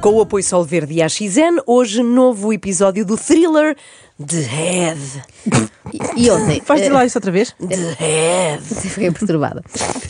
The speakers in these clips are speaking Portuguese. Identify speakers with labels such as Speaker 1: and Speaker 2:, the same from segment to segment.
Speaker 1: Com o apoio Solverde e AXN, hoje novo episódio do thriller The Head.
Speaker 2: E, e ontem.
Speaker 3: Faz
Speaker 2: eh,
Speaker 3: dizer lá isso outra vez?
Speaker 1: The Head.
Speaker 2: Fiquei perturbada.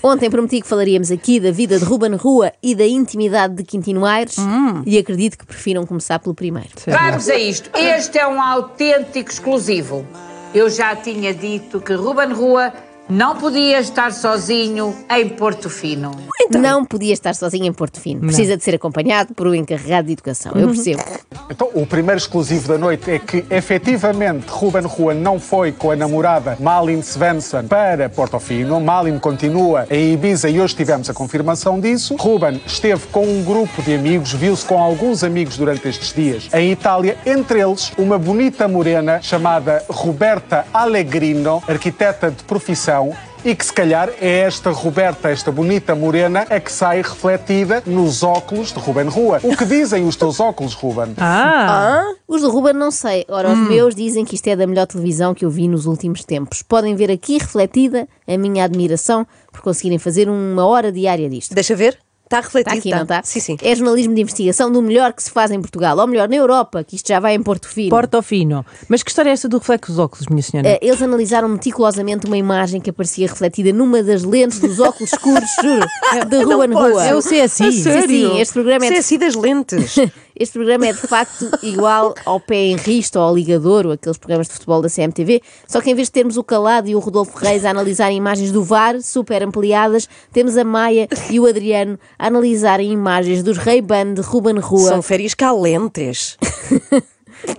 Speaker 2: Ontem prometi que falaríamos aqui da vida de Ruben Rua e da intimidade de Quintino Aires
Speaker 3: Hum.
Speaker 2: e acredito que prefiram começar pelo primeiro.
Speaker 4: Vamos a isto. Este é um autêntico exclusivo. Eu já tinha dito que Ruben Rua não podia estar sozinho em Porto Fino.
Speaker 3: Então.
Speaker 2: Não podia estar sozinho em Porto Fino. Precisa de ser acompanhado por um encarregado de educação.
Speaker 3: Uhum.
Speaker 2: Eu percebo.
Speaker 5: Então, o primeiro exclusivo da noite é que, efetivamente, Ruben Rua não foi com a namorada Malin Svensson para Portofino. Malin continua em Ibiza e hoje tivemos a confirmação disso. Ruben esteve com um grupo de amigos, viu-se com alguns amigos durante estes dias em Itália, entre eles uma bonita morena chamada Roberta Allegrino, arquiteta de profissão, e que se calhar é esta Roberta, esta bonita morena, a que sai refletida nos óculos de Ruben Rua. O que dizem os teus óculos, Ruben?
Speaker 3: Ah, Hum.
Speaker 2: Os do Ruben não sei. Ora, os meus dizem que isto é da melhor televisão que eu vi nos últimos tempos. Podem ver aqui refletida a minha admiração por conseguirem fazer uma hora diária disto.
Speaker 1: Deixa ver? Está refletido? tá?
Speaker 2: Está Tá aqui, não está?
Speaker 1: Sim, sim.
Speaker 2: É jornalismo de investigação do melhor que se faz em Portugal, ou melhor, na Europa, que isto já vai em Porto Fino.
Speaker 3: Portofino. Mas que história é esta do reflexo dos óculos, minha senhora?
Speaker 2: Eh, Eles analisaram meticulosamente uma imagem que aparecia refletida numa das lentes dos óculos escuros juro, de Rua
Speaker 1: posso.
Speaker 2: Rua.
Speaker 3: É o CSI.
Speaker 1: A
Speaker 3: Sim,
Speaker 1: sério?
Speaker 2: sim, este programa é de-
Speaker 1: CSI assim das lentes.
Speaker 2: Este programa é de facto igual ao pé em risto ou ao ligador, ou aqueles programas de futebol da CMTV, só que em vez de termos o Calado e o Rodolfo Reis a analisarem imagens do VAR, super ampliadas, temos a Maia e o Adriano a analisarem imagens dos Ray-Ban de Ruben Rua,
Speaker 1: São férias calentes.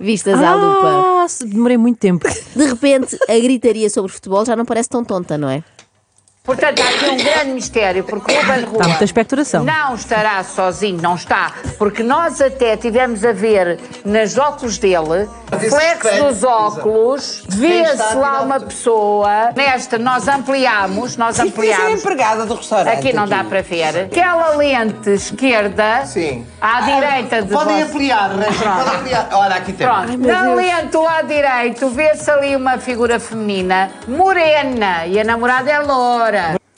Speaker 2: vistas à lupa.
Speaker 3: ah, se- demorei muito tempo.
Speaker 2: De repente, a gritaria sobre futebol já não parece tão tonta, não é?
Speaker 4: Portanto, há aqui um grande mistério, porque Ruben Rua
Speaker 3: Está muita expectoração.
Speaker 4: não estará sozinho, não está, porque nós até tivemos a ver nas óculos dele, flex dos óculos, vê-se lá uma pessoa, nesta nós ampliámos, nós
Speaker 6: é
Speaker 7: Podia ser
Speaker 4: ampliámos,
Speaker 3: é
Speaker 7: empregada do restaurante.
Speaker 4: Aqui não dá para ver. Aquela lente esquerda
Speaker 7: Sim. Ah,
Speaker 4: à direita de
Speaker 7: Podem
Speaker 4: você.
Speaker 7: ampliar, Regi, podem ampliar. Olha, aqui tem.
Speaker 4: Pronto, na lente lá direito vê-se ali uma figura feminina morena e a namorada é loura.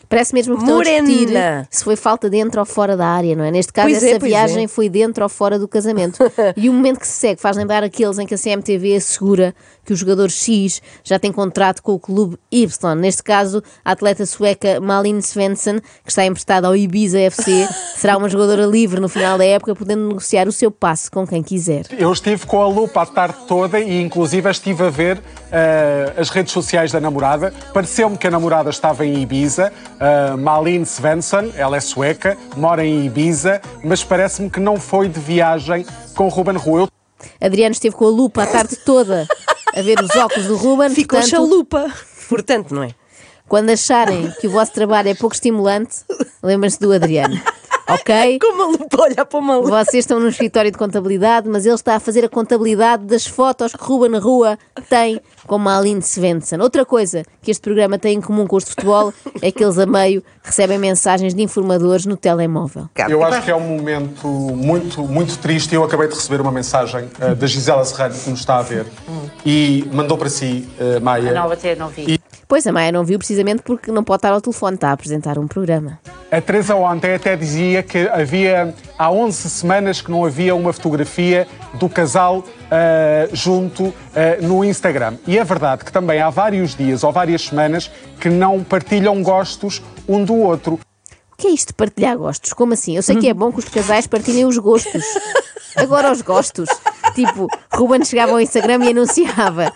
Speaker 2: Parece mesmo que estão a
Speaker 1: Morena.
Speaker 2: discutir se foi falta dentro ou fora da área, não é? Neste caso,
Speaker 1: Pois é,
Speaker 2: essa
Speaker 1: pois
Speaker 2: viagem
Speaker 1: é.
Speaker 2: foi dentro ou fora do casamento. e o momento que se segue faz lembrar aqueles em que a CMTV assegura que o jogador X já tem contrato com o clube Y. Neste caso, a atleta sueca Malin Svensson, que está emprestada ao Ibiza FC, será uma jogadora livre no final da época, podendo negociar o seu passe com quem quiser.
Speaker 5: Eu estive com a lupa a tarde toda e, inclusive, estive a ver eh, as redes sociais da namorada. Pareceu-me que a namorada estava em Ibiza. Eh, Malin Svensson, ela é sueca, mora em Ibiza, mas parece-me que não foi de viagem com Ruben Rua. Eu
Speaker 2: Adriano esteve com a lupa a tarde toda a ver os óculos do Ruben.
Speaker 1: Ficou
Speaker 2: portanto,
Speaker 1: chalupa. Portanto, não é?
Speaker 2: Quando acharem que o vosso trabalho é pouco estimulante, lembrem-se do Adriano. Ok?
Speaker 1: Com uma lupa, olha para uma lupa.
Speaker 2: Vocês estão num escritório de contabilidade, mas ele está a fazer a contabilidade das fotos que Ruben Rua tem com a Aline Svensson. Outra coisa que este programa tem em comum com os de futebol é que eles a meio recebem mensagens de informadores no telemóvel.
Speaker 5: Eu acho que é um momento muito, muito triste. Eu acabei de receber uma mensagem eh, da Gisela Serrano, que nos está a ver, e mandou para si, eh, Maia.
Speaker 4: Não, até não vi.
Speaker 2: Pois a Maia não viu precisamente porque não pode estar ao telefone, está a apresentar um programa.
Speaker 5: A Teresa ontem até dizia que havia há 11 semanas que não havia uma fotografia do casal ah, junto ah, no Instagram. E é verdade que também há vários dias ou várias semanas que não partilham gostos um do outro.
Speaker 2: O que é isto de partilhar gostos? Como assim? Eu sei que é bom que os casais partilhem os gostos. Agora os gostos. Tipo, Ruben chegava ao Instagram e anunciava.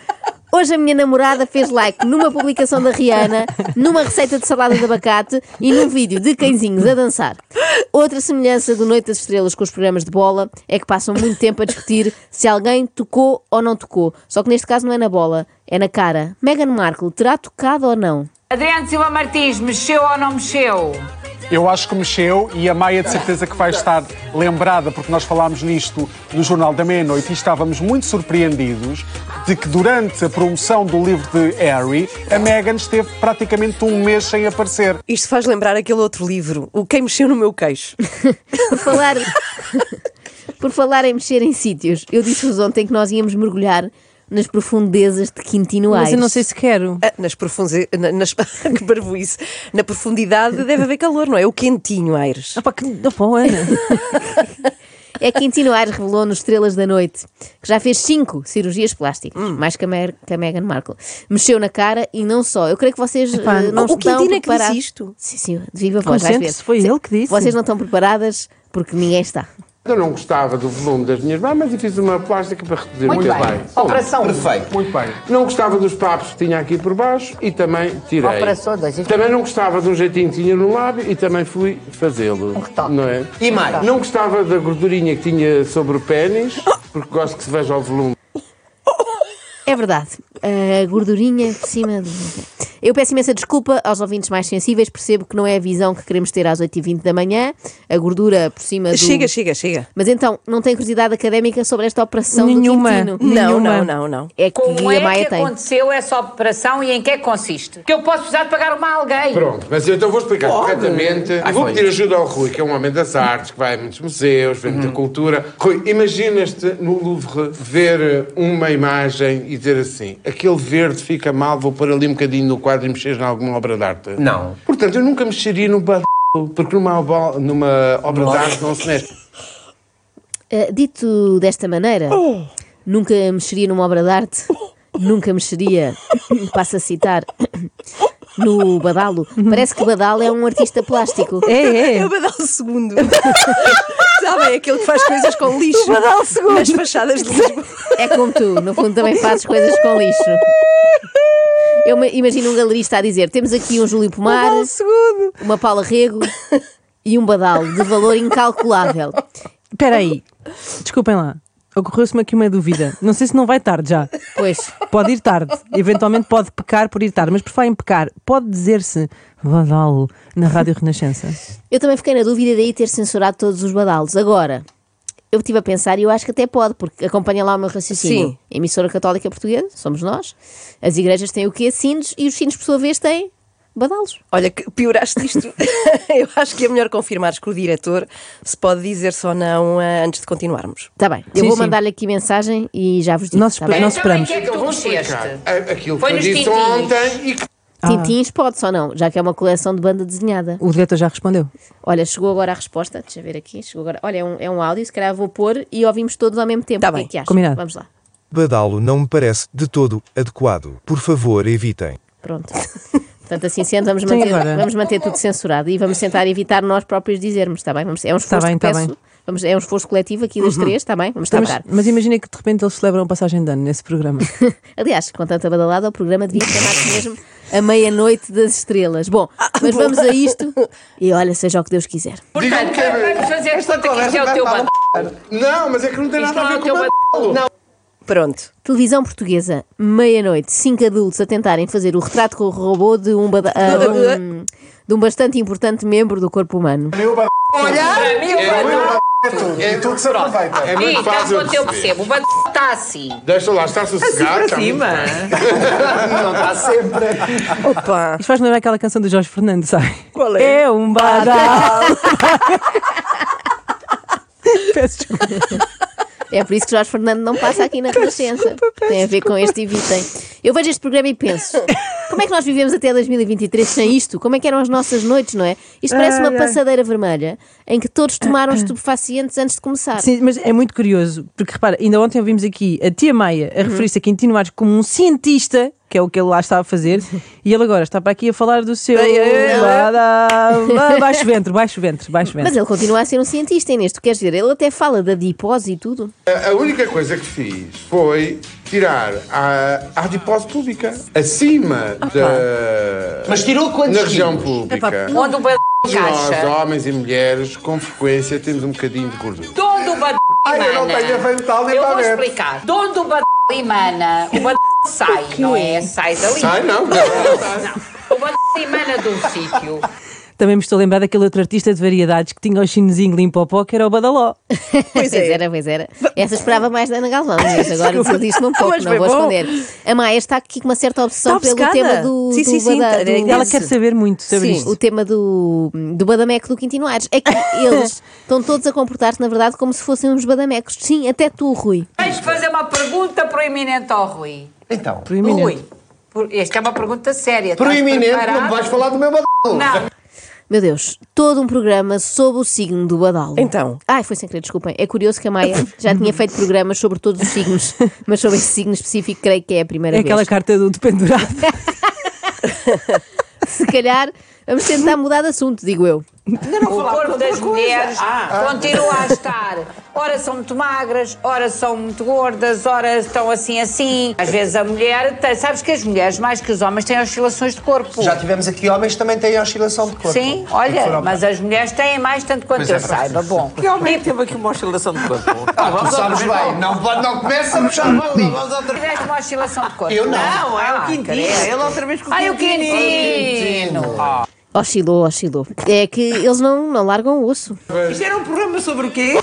Speaker 2: Hoje a minha namorada fez like numa publicação da Rihanna, numa receita de salada de abacate e num vídeo de cãezinhos a dançar. Outra semelhança do Noite das Estrelas com os programas de bola é que passam muito tempo a discutir se alguém tocou ou não tocou. Só que neste caso não é na bola, é na cara. Meghan Markle terá tocado ou não?
Speaker 4: Adriano Silva Martins, mexeu ou não mexeu?
Speaker 5: Eu acho que mexeu e a Maia de certeza que vai estar lembrada, porque nós falámos nisto no Jornal da Meia-Noite e estávamos muito surpreendidos de que durante a promoção do livro de Harry, a Meghan esteve praticamente um mês sem aparecer.
Speaker 1: Isto faz lembrar aquele outro livro, O Quem Mexeu no Meu Queixo.
Speaker 2: Por falar, por falar em mexer em sítios, eu disse-vos ontem que nós íamos mergulhar nas profundezas de Quintino Aires.
Speaker 3: Mas eu não sei se quero.
Speaker 1: Ah, Nas profundezas. Nas... que barbuíce. Na profundidade deve haver calor, não é? O quentinho, Aires.
Speaker 3: Opa, que... Opa, Ana.
Speaker 2: É que Quintino Aires revelou nos Estrelas da Noite que já fez cinco cirurgias plásticas,
Speaker 3: Hum.
Speaker 2: mais que a, Mer- que a Meghan Markle. Mexeu na cara e não só. Eu creio que vocês
Speaker 3: Epá,
Speaker 2: eh, não
Speaker 1: o
Speaker 2: estão
Speaker 1: Quintino é que
Speaker 2: preparados.
Speaker 1: disse isto?
Speaker 2: Sim, sim, de viva voz, vais ver.
Speaker 3: Concentre-se, foi ele que disse.
Speaker 2: Vocês não estão preparadas porque ninguém está.
Speaker 8: Eu não gostava do volume das minhas mamas e fiz uma plástica para reduzir
Speaker 4: Muito
Speaker 8: muito
Speaker 4: bem.
Speaker 8: bem.
Speaker 4: Operação.
Speaker 7: Perfeito.
Speaker 5: Muito bem.
Speaker 8: Não gostava dos papos que tinha aqui por baixo e também tirei.
Speaker 4: Operação dois.
Speaker 8: Também não gostava do jeitinho que tinha no lábio e também fui fazê-lo.
Speaker 4: Um retoque. Tá.
Speaker 8: Não é?
Speaker 7: E mais?
Speaker 8: Não gostava da gordurinha que tinha sobre o pênis, porque gosto que se veja o volume.
Speaker 2: É verdade. A gordurinha por cima do. Eu peço imensa desculpa aos ouvintes mais sensíveis, percebo que não é a visão que queremos ter às 8h20 da manhã, a gordura por cima do.
Speaker 1: Chega, chega, chega.
Speaker 2: Mas então, não tem curiosidade académica sobre esta operação
Speaker 3: Nenhuma.
Speaker 2: do Quintino?
Speaker 1: Não,
Speaker 3: Nenhuma.
Speaker 1: não, não, não.
Speaker 2: É que
Speaker 4: Como
Speaker 2: a
Speaker 4: é
Speaker 2: Maia
Speaker 4: que
Speaker 2: tem.
Speaker 4: aconteceu essa operação e em que é que consiste? Que eu posso precisar de pagar uma a alguém.
Speaker 8: Pronto, mas eu então vou explicar corretamente.
Speaker 7: Ah,
Speaker 8: vou
Speaker 7: foi.
Speaker 8: pedir ajuda ao Rui, que é um homem das artes, que vai a muitos museus, vê muita cultura. Rui, imaginas-te no Louvre ver eh, uma imagem e dizer assim: aquele verde fica mal, vou pôr ali um bocadinho no quadro e mexer em alguma obra de arte?
Speaker 7: Não.
Speaker 8: Portanto, eu nunca mexeria num bar. Porque numa, obo- numa obra de arte não se mexe.
Speaker 2: Ah, dito desta maneira, nunca mexeria numa obra de arte, nunca mexeria, passo a citar, no Badalo. Parece que Badalo é um artista plástico.
Speaker 3: É,
Speaker 1: É
Speaker 3: é.
Speaker 1: o Badal segundo. Sabem, aquele que faz coisas com lixo.
Speaker 3: O Badal segundo.
Speaker 1: Nas fachadas de Lisboa.
Speaker 2: É como tu, no fundo também fazes coisas com lixo. Eu ma- imagino um galerista a dizer: temos aqui um Júlio Pomar,
Speaker 3: segundo.
Speaker 2: uma Paula Rego e um Badalo de valor incalculável.
Speaker 3: Espera aí. Desculpem lá. Ocorreu-se-me aqui uma dúvida. Não sei se não vai tarde já.
Speaker 2: Pois.
Speaker 3: Pode ir tá. tarde. Eventualmente pode pecar por ir tarde. Mas por falar em pecar, pode dizer-se Vadalo na Rádio Renascença.
Speaker 2: Eu também fiquei na dúvida daí ter censurado todos os badalos. Agora, eu estive a pensar e eu acho que até pode, porque acompanha lá o meu raciocínio.
Speaker 1: Sim.
Speaker 2: A emissora católica portuguesa, somos nós. As igrejas têm o quê? Sinos e os sinos, por sua vez, têm badalos.
Speaker 1: Olha, que pioraste isto. Eu acho que é melhor confirmares com o diretor se pode dizer só não eh, antes de continuarmos.
Speaker 2: Está Tá bem, eu
Speaker 3: Sim,
Speaker 2: vou
Speaker 3: sim.
Speaker 2: mandar-lhe aqui mensagem e já vos digo.
Speaker 3: Nós
Speaker 2: tá bem?
Speaker 3: Não esperamos.
Speaker 4: Então, em que é que tu mexeste?
Speaker 8: A- Aquilo
Speaker 4: Foi
Speaker 8: que eu
Speaker 4: nos
Speaker 8: disse
Speaker 4: tintins.
Speaker 8: ontem e que
Speaker 3: Ah.
Speaker 2: Tintins pode só não, já que é uma coleção de banda desenhada.
Speaker 3: O diretor já respondeu.
Speaker 2: Olha, chegou agora a resposta, deixa eu ver aqui. Chegou agora. Olha, é um, é um áudio, se calhar vou pôr e ouvimos todos ao mesmo tempo.
Speaker 1: Tá
Speaker 2: o que é
Speaker 1: bem,
Speaker 2: que acham?
Speaker 3: combinado.
Speaker 2: Vamos lá.
Speaker 9: Badalo não me parece de todo adequado. Por favor, evitem.
Speaker 2: Pronto. Portanto, assim sendo, vamos
Speaker 3: Então, e
Speaker 2: manter,
Speaker 3: agora?
Speaker 2: vamos manter tudo censurado e vamos tentar evitar nós próprios dizermos, está bem? Vamos, é um esforço
Speaker 3: bem,
Speaker 2: que
Speaker 3: tá
Speaker 2: peço,
Speaker 3: bem. Uhum.
Speaker 2: Vamos, é um esforço coletivo aqui das três, está bem? Vamos
Speaker 3: Mas,
Speaker 2: trabalhar.
Speaker 3: mas imagina que de repente eles celebram a passagem de ano nesse programa.
Speaker 2: Aliás, com tanta badalada, o programa devia chamar-se mesmo A Meia-Noite das Estrelas. Bom,
Speaker 3: Ah,
Speaker 2: mas vamos a isto e olha, seja o que Deus quiser.
Speaker 4: Portanto, vamos fazer esta conta que isto é o teu badalo.
Speaker 8: Não, mas é que não tem
Speaker 4: Isto
Speaker 8: nada
Speaker 4: não
Speaker 8: a
Speaker 4: é
Speaker 8: ver
Speaker 4: o
Speaker 8: com
Speaker 4: teu
Speaker 8: o badalo.
Speaker 1: Pronto.
Speaker 2: Televisão portuguesa, meia-noite, cinco adultos a tentarem fazer o retrato com o robô de um, bada- ah, de um- de um bastante importante membro do corpo humano.
Speaker 5: Meu ba-
Speaker 4: Para mim, o badalo.
Speaker 5: E tudo se aproveita.
Speaker 8: É
Speaker 4: Ih,
Speaker 8: muito
Speaker 4: está
Speaker 8: fácil.
Speaker 4: quanto
Speaker 8: de
Speaker 4: eu
Speaker 8: perceber.
Speaker 4: percebo. O badalo está assim.
Speaker 8: Deixa lá, está sossegado. está muito bem.
Speaker 7: Não está sempre.
Speaker 1: Opa.
Speaker 3: Isto faz lembrar aquela canção do Jorge Fernando, sabe?
Speaker 1: Qual é?
Speaker 3: É um
Speaker 1: Ah,
Speaker 3: badal. Peço desculpa.
Speaker 2: É por isso que Jorge Fernando não passa aqui na Renascença. Tem a ver com este evitem. Eu vejo este programa e penso: como é que nós vivemos até 2023 sem isto? Como é que eram as nossas noites, não é? Isto parece uma passadeira vermelha em que todos tomaram estupefacientes antes de
Speaker 1: tá.
Speaker 2: começar.
Speaker 3: Sim, mas é muito curioso, porque repara, ainda ontem ouvimos aqui a tia Maia
Speaker 1: Uhum.
Speaker 3: a referir-se a Quintino Ares como um cientista, que é o que ele lá está a fazer, e ele agora está para aqui a falar do seu.
Speaker 1: Ei, ei, ei.
Speaker 3: badal. Ah, Baixo ventre, baixo ventre, baixo ventre.
Speaker 2: Mas ele continua a ser um cientista, Inês. Tu queres ver? Ele até fala da dipose e tudo.
Speaker 8: A a única coisa que fiz foi tirar a, a adipose pública acima da.
Speaker 7: Mas tirou quantos
Speaker 8: Na região
Speaker 7: quilos?
Speaker 8: pública.
Speaker 4: Onde o badalo
Speaker 8: É. Nós,
Speaker 4: encaixa.
Speaker 8: homens e mulheres, com frequência temos um bocadinho de gordura.
Speaker 4: Todo o badalo
Speaker 5: Ai, eu não
Speaker 4: emana.
Speaker 5: tenho avental nem
Speaker 4: Eu
Speaker 5: para
Speaker 4: vou
Speaker 5: ver.
Speaker 4: explicar. De onde o badalo emana, o badalo sai, não é? Sai dali.
Speaker 8: Ai, não, não.
Speaker 4: O badalo emana de um sítio.
Speaker 3: Também me estou a lembrar daquele outro artista de variedades que tinha o chinesinho limpo ao pó, que era o Badaló.
Speaker 2: Pois,
Speaker 1: é.
Speaker 2: era, pois era. Essa esperava mais da Ana Galvão, mas agora desiludiu-me um pouco,
Speaker 1: Mas
Speaker 2: não
Speaker 1: foi
Speaker 2: vou
Speaker 1: bom.
Speaker 2: esconder. A Maia está aqui com uma certa obsessão
Speaker 1: Está
Speaker 2: pelo
Speaker 1: obcecada.
Speaker 2: tema do.
Speaker 1: Sim,
Speaker 2: do
Speaker 1: sim, sim,
Speaker 2: bada- do-
Speaker 1: Ah, era-
Speaker 3: Ela
Speaker 1: Esse.
Speaker 3: quer saber muito sobre
Speaker 1: Sim.
Speaker 3: isto.
Speaker 2: o tema do, do Badameco do Quintino Aires. É que eles estão todos a comportar-se, na verdade, como se fossem uns Badamecos. Sim, até tu, Rui.
Speaker 4: Tens de fazer uma pergunta proeminente ao Rui.
Speaker 7: Então.
Speaker 3: Proeminente.
Speaker 4: Rui, por- esta é uma pergunta séria. Estás
Speaker 7: Proeminente,
Speaker 4: preparado?
Speaker 7: não vais falar do meu badalo.
Speaker 4: Não,
Speaker 2: Meu Deus, todo um programa sobre o signo do badalo.
Speaker 1: Então.
Speaker 2: Ai, foi sem querer, desculpem. É curioso que a Maia já tinha feito programas sobre todos os signos, mas sobre esse signo específico, creio que é a primeira
Speaker 3: É
Speaker 2: vez.
Speaker 3: aquela carta do dependurado.
Speaker 2: Se calhar vamos tentar mudar de assunto, digo eu.
Speaker 4: O corpo das mulheres continua a estar. Ora são muito magras, ora são muito gordas, ora estão assim assim. Às vezes a mulher. tem- sabes que as mulheres, mais que os homens, têm oscilações de corpo.
Speaker 7: Já tivemos aqui homens que também têm oscilação de corpo.
Speaker 4: Sim, olha, mas as mulheres têm mais tanto quanto eu
Speaker 7: é, parece.
Speaker 4: saiba. Bom,
Speaker 6: Realmente teve aqui uma oscilação de corpo.
Speaker 7: Ah, tu sabes bem, não, pode- não começa a puxar mal, vamos outra vez.
Speaker 4: tiveste uma oscilação de corpo.
Speaker 7: Eu não.
Speaker 6: Não, é
Speaker 4: Ah,
Speaker 6: o Quintino.
Speaker 4: credo.
Speaker 6: Ele outra vez com o
Speaker 4: Ai, o
Speaker 7: Quintino.
Speaker 4: Quintino!
Speaker 2: Oscilou, oscilou. É que eles não, não largam o osso.
Speaker 6: Isto era um programa sobre o quê?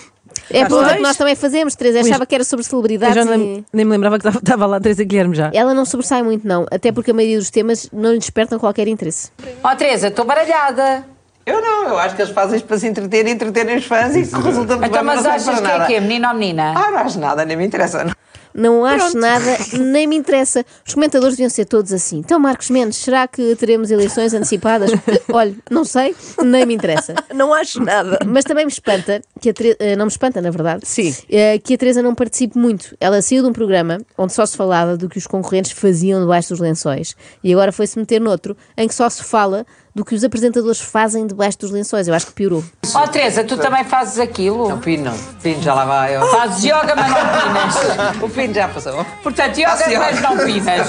Speaker 2: É a pergunta
Speaker 3: pois.
Speaker 2: que nós também fazemos, Teresa. Achava que era sobre
Speaker 3: Tá Eu
Speaker 2: celebridades
Speaker 3: já nem,
Speaker 2: e...
Speaker 3: nem me lembrava que estava lá a Teresa Guilherme já.
Speaker 2: Ela não sobressai muito, não. Até porque a maioria dos temas não lhe despertam qualquer interesse.
Speaker 4: Ó, Teresa, estou baralhada.
Speaker 6: Eu não, eu acho que eles fazem isto para se entreter e entreterem os fãs e que resulta
Speaker 4: Então,
Speaker 6: um programa
Speaker 4: mas
Speaker 6: não serve
Speaker 4: achas
Speaker 6: para
Speaker 4: que é
Speaker 6: nada.
Speaker 4: que é, menino ou menina?
Speaker 6: Ah, não acho nada, nem me interessa. não.
Speaker 2: Não acho nada, nem me interessa. Os comentadores deviam ser todos assim. Então, Marcos Mendes, será que teremos eleições antecipadas? Olha, não sei, nem me interessa.
Speaker 1: Não acho nada.
Speaker 2: Mas também me espanta, que a Tere- eh, não me espanta, na verdade,
Speaker 1: Sim.
Speaker 2: eh, que a Teresa não participe muito. Ela saiu de um programa onde só se falava do que os concorrentes faziam debaixo dos lençóis e agora foi-se meter noutro em que só se fala do que os apresentadores fazem debaixo dos lençóis. Eu acho que piorou.
Speaker 4: Ó, Teresa, tu também fazes aquilo?
Speaker 6: O Pino, Pino já lá vai. eu-
Speaker 4: Fazes yoga, mas não pinas.
Speaker 6: O Pino já passou.
Speaker 4: Portanto, yoga,
Speaker 6: Faço yoga.
Speaker 4: mas não pinas.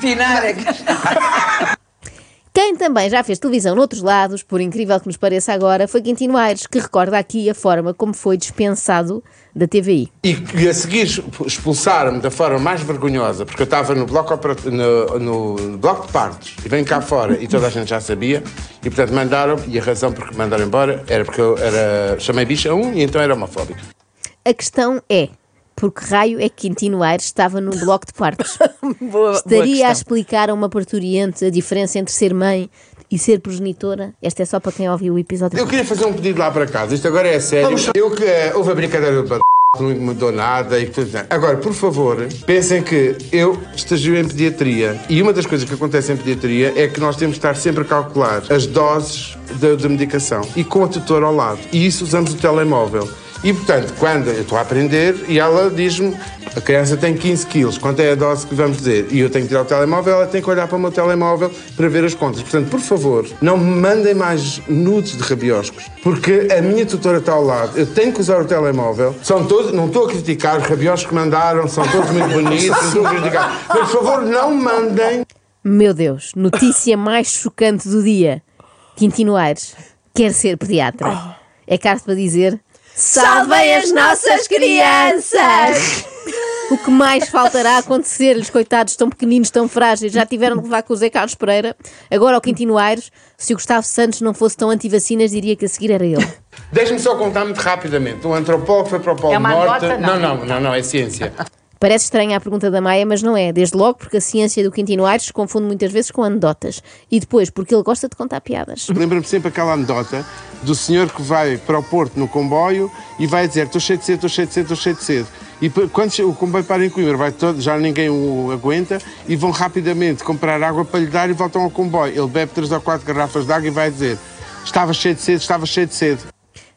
Speaker 6: Pinar é que...
Speaker 2: Quem também já fez televisão noutros lados, por incrível que nos pareça agora, foi Quintino Aires, que recorda aqui a forma como foi dispensado da TVI.
Speaker 8: E, e a seguir expulsaram-me da forma mais vergonhosa, porque eu estava no bloco, opera- no, no bloco de partos e vem cá fora e toda a gente já sabia. E portanto mandaram, e a razão por que mandaram embora era porque eu era, chamei bicho a um e então era homofóbico.
Speaker 2: A questão é, por que raio é que Quintino Aires estava num bloco de partos?
Speaker 1: Boa, boa
Speaker 2: Estaria
Speaker 1: questão.
Speaker 2: a explicar a uma parturiente a diferença entre ser mãe e ser progenitora? Esta é só para quem ouviu o episódio.
Speaker 8: Eu queria fazer um pedido lá para casa, isto agora é sério. Eu que eh, houve a brincadeira do p... que não mudou nada e tudo. Agora, por favor, pensem que eu estagio em pediatria e uma das coisas que acontece em pediatria é que nós temos de estar sempre a calcular as doses da, da medicação e com a tutora ao lado. E isso usamos o telemóvel. E portanto, quando eu estou a aprender e ela diz-me a criança tem 15 quilos, quanto é a dose que vamos dizer? E eu tenho que tirar o telemóvel, ela tem que olhar para o meu telemóvel para ver as contas. Portanto, por favor, não me mandem mais nudes de rabioscos, porque a minha tutora está ao lado, eu tenho que usar o telemóvel. São todos, não estou a criticar os rabioscos que mandaram, são todos muito bonitos, não estou a criticar. Mas, por favor, não mandem
Speaker 2: Meu Deus, notícia mais chocante do dia. Quintino Aires quer ser pediatra. É caro para dizer: Salvem as nossas crianças! O que mais faltará acontecer-lhes, coitados, tão pequeninos, tão frágeis, já tiveram de levar com o Zé Carlos Pereira. Agora, ao Quintino Aires, se o Gustavo Santos não fosse tão anti-vacinas, diria que a seguir era ele.
Speaker 8: Deixe-me só contar muito rapidamente. Um antropólogo foi para o Polo
Speaker 4: É uma
Speaker 8: Norte.
Speaker 4: anedota? Não.
Speaker 8: não, não, não, não, é ciência.
Speaker 2: Parece estranha a pergunta da Maia, mas não é. Desde logo porque a ciência do Quintino Aires se confunde muitas vezes com anedotas. E depois porque ele gosta de contar piadas.
Speaker 8: Lembra-me sempre aquela anedota do senhor que vai para o Porto no comboio e vai dizer: estou cheio de cedo, estou cheio de cedo, estou cheio de cedo. E p- quando che- o comboio para em Coimbra, vai todo, já ninguém o aguenta e vão rapidamente comprar água para lhe dar e voltam ao comboio. Ele bebe três ou quatro garrafas de água e vai dizer: estava cheio de cedo, estava cheio de cedo.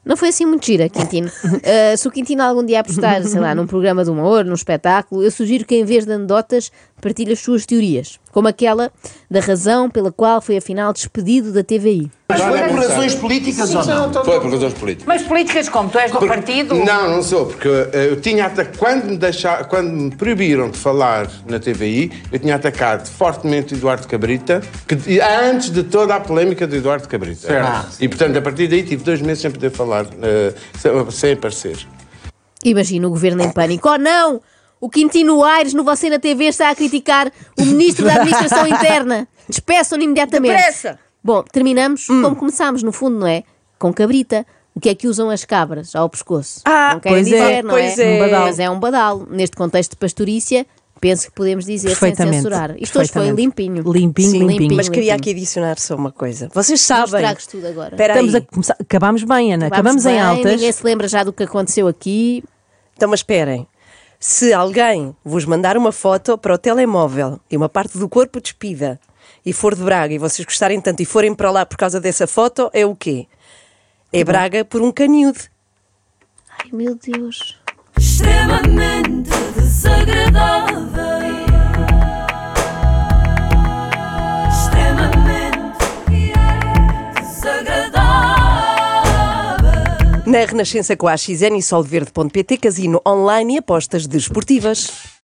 Speaker 2: Não foi assim muito gira, Quintino. Ah, se o Quintino algum dia apostar, sei lá, num programa de humor, num espetáculo, eu sugiro que em vez de anedotas partilhe as suas teorias. Como aquela da razão pela qual foi afinal despedido da TVI.
Speaker 7: Mas foi por razões políticas ou não?
Speaker 8: Foi por razões políticas.
Speaker 4: Mas políticas como? Tu és do partido?
Speaker 8: Não, não sou, porque eh, eu tinha atacado. Quando me, deixa- quando me proibiram de falar na TVI, eu tinha atacado fortemente o Eduardo Cabrita, que, e antes de toda a polémica do Eduardo Cabrita.
Speaker 5: Certo.
Speaker 8: E portanto, a partir daí tive dois meses sem poder falar, eh, sem, sem aparecer.
Speaker 2: Imagina o governo em pânico. Oh não! O Quintino Aires no Você na TV está a criticar o ministro da Administração Interna. Despeçam-no imediatamente.
Speaker 1: Depressa! Hum.
Speaker 2: Bom, terminamos como começámos, no fundo, não é? Com cabrita. O que é que usam as cabras ao pescoço?
Speaker 1: Ah,
Speaker 2: não querem
Speaker 3: pois é,
Speaker 2: dizer, não
Speaker 1: pois é.
Speaker 2: é?
Speaker 1: Um badalo.
Speaker 2: Mas é um badalo. Neste contexto de pastorícia, penso que podemos dizer sem
Speaker 3: Perfeitamente.
Speaker 2: censurar. Isto hoje foi
Speaker 3: Perfeitamente.
Speaker 2: limpinho.
Speaker 3: Limpinho,
Speaker 2: Sim,
Speaker 3: limpinho.
Speaker 1: Mas queria
Speaker 2: limpinho.
Speaker 1: aqui adicionar só uma coisa. Vocês
Speaker 2: Não
Speaker 1: sabem.
Speaker 2: estragues tudo agora.
Speaker 1: Espera aí.
Speaker 3: Estamos a começar. Acabámos bem, Ana. Acabamos,
Speaker 2: Acabámos
Speaker 3: em
Speaker 2: bem,
Speaker 3: altas.
Speaker 2: Ninguém se lembra já do que aconteceu aqui.
Speaker 1: Então, mas esperem. Se alguém vos mandar uma foto para o telemóvel de uma parte do corpo despida e for de Braga e vocês gostarem tanto e forem para lá por causa dessa foto, é o quê? É Braga por um canudo.
Speaker 2: Ai meu Deus.
Speaker 10: extremamente desagradável. Extremamente desagradável.
Speaker 1: Na Renascença com a AXN e solverde.pt, casino online e apostas desportivas.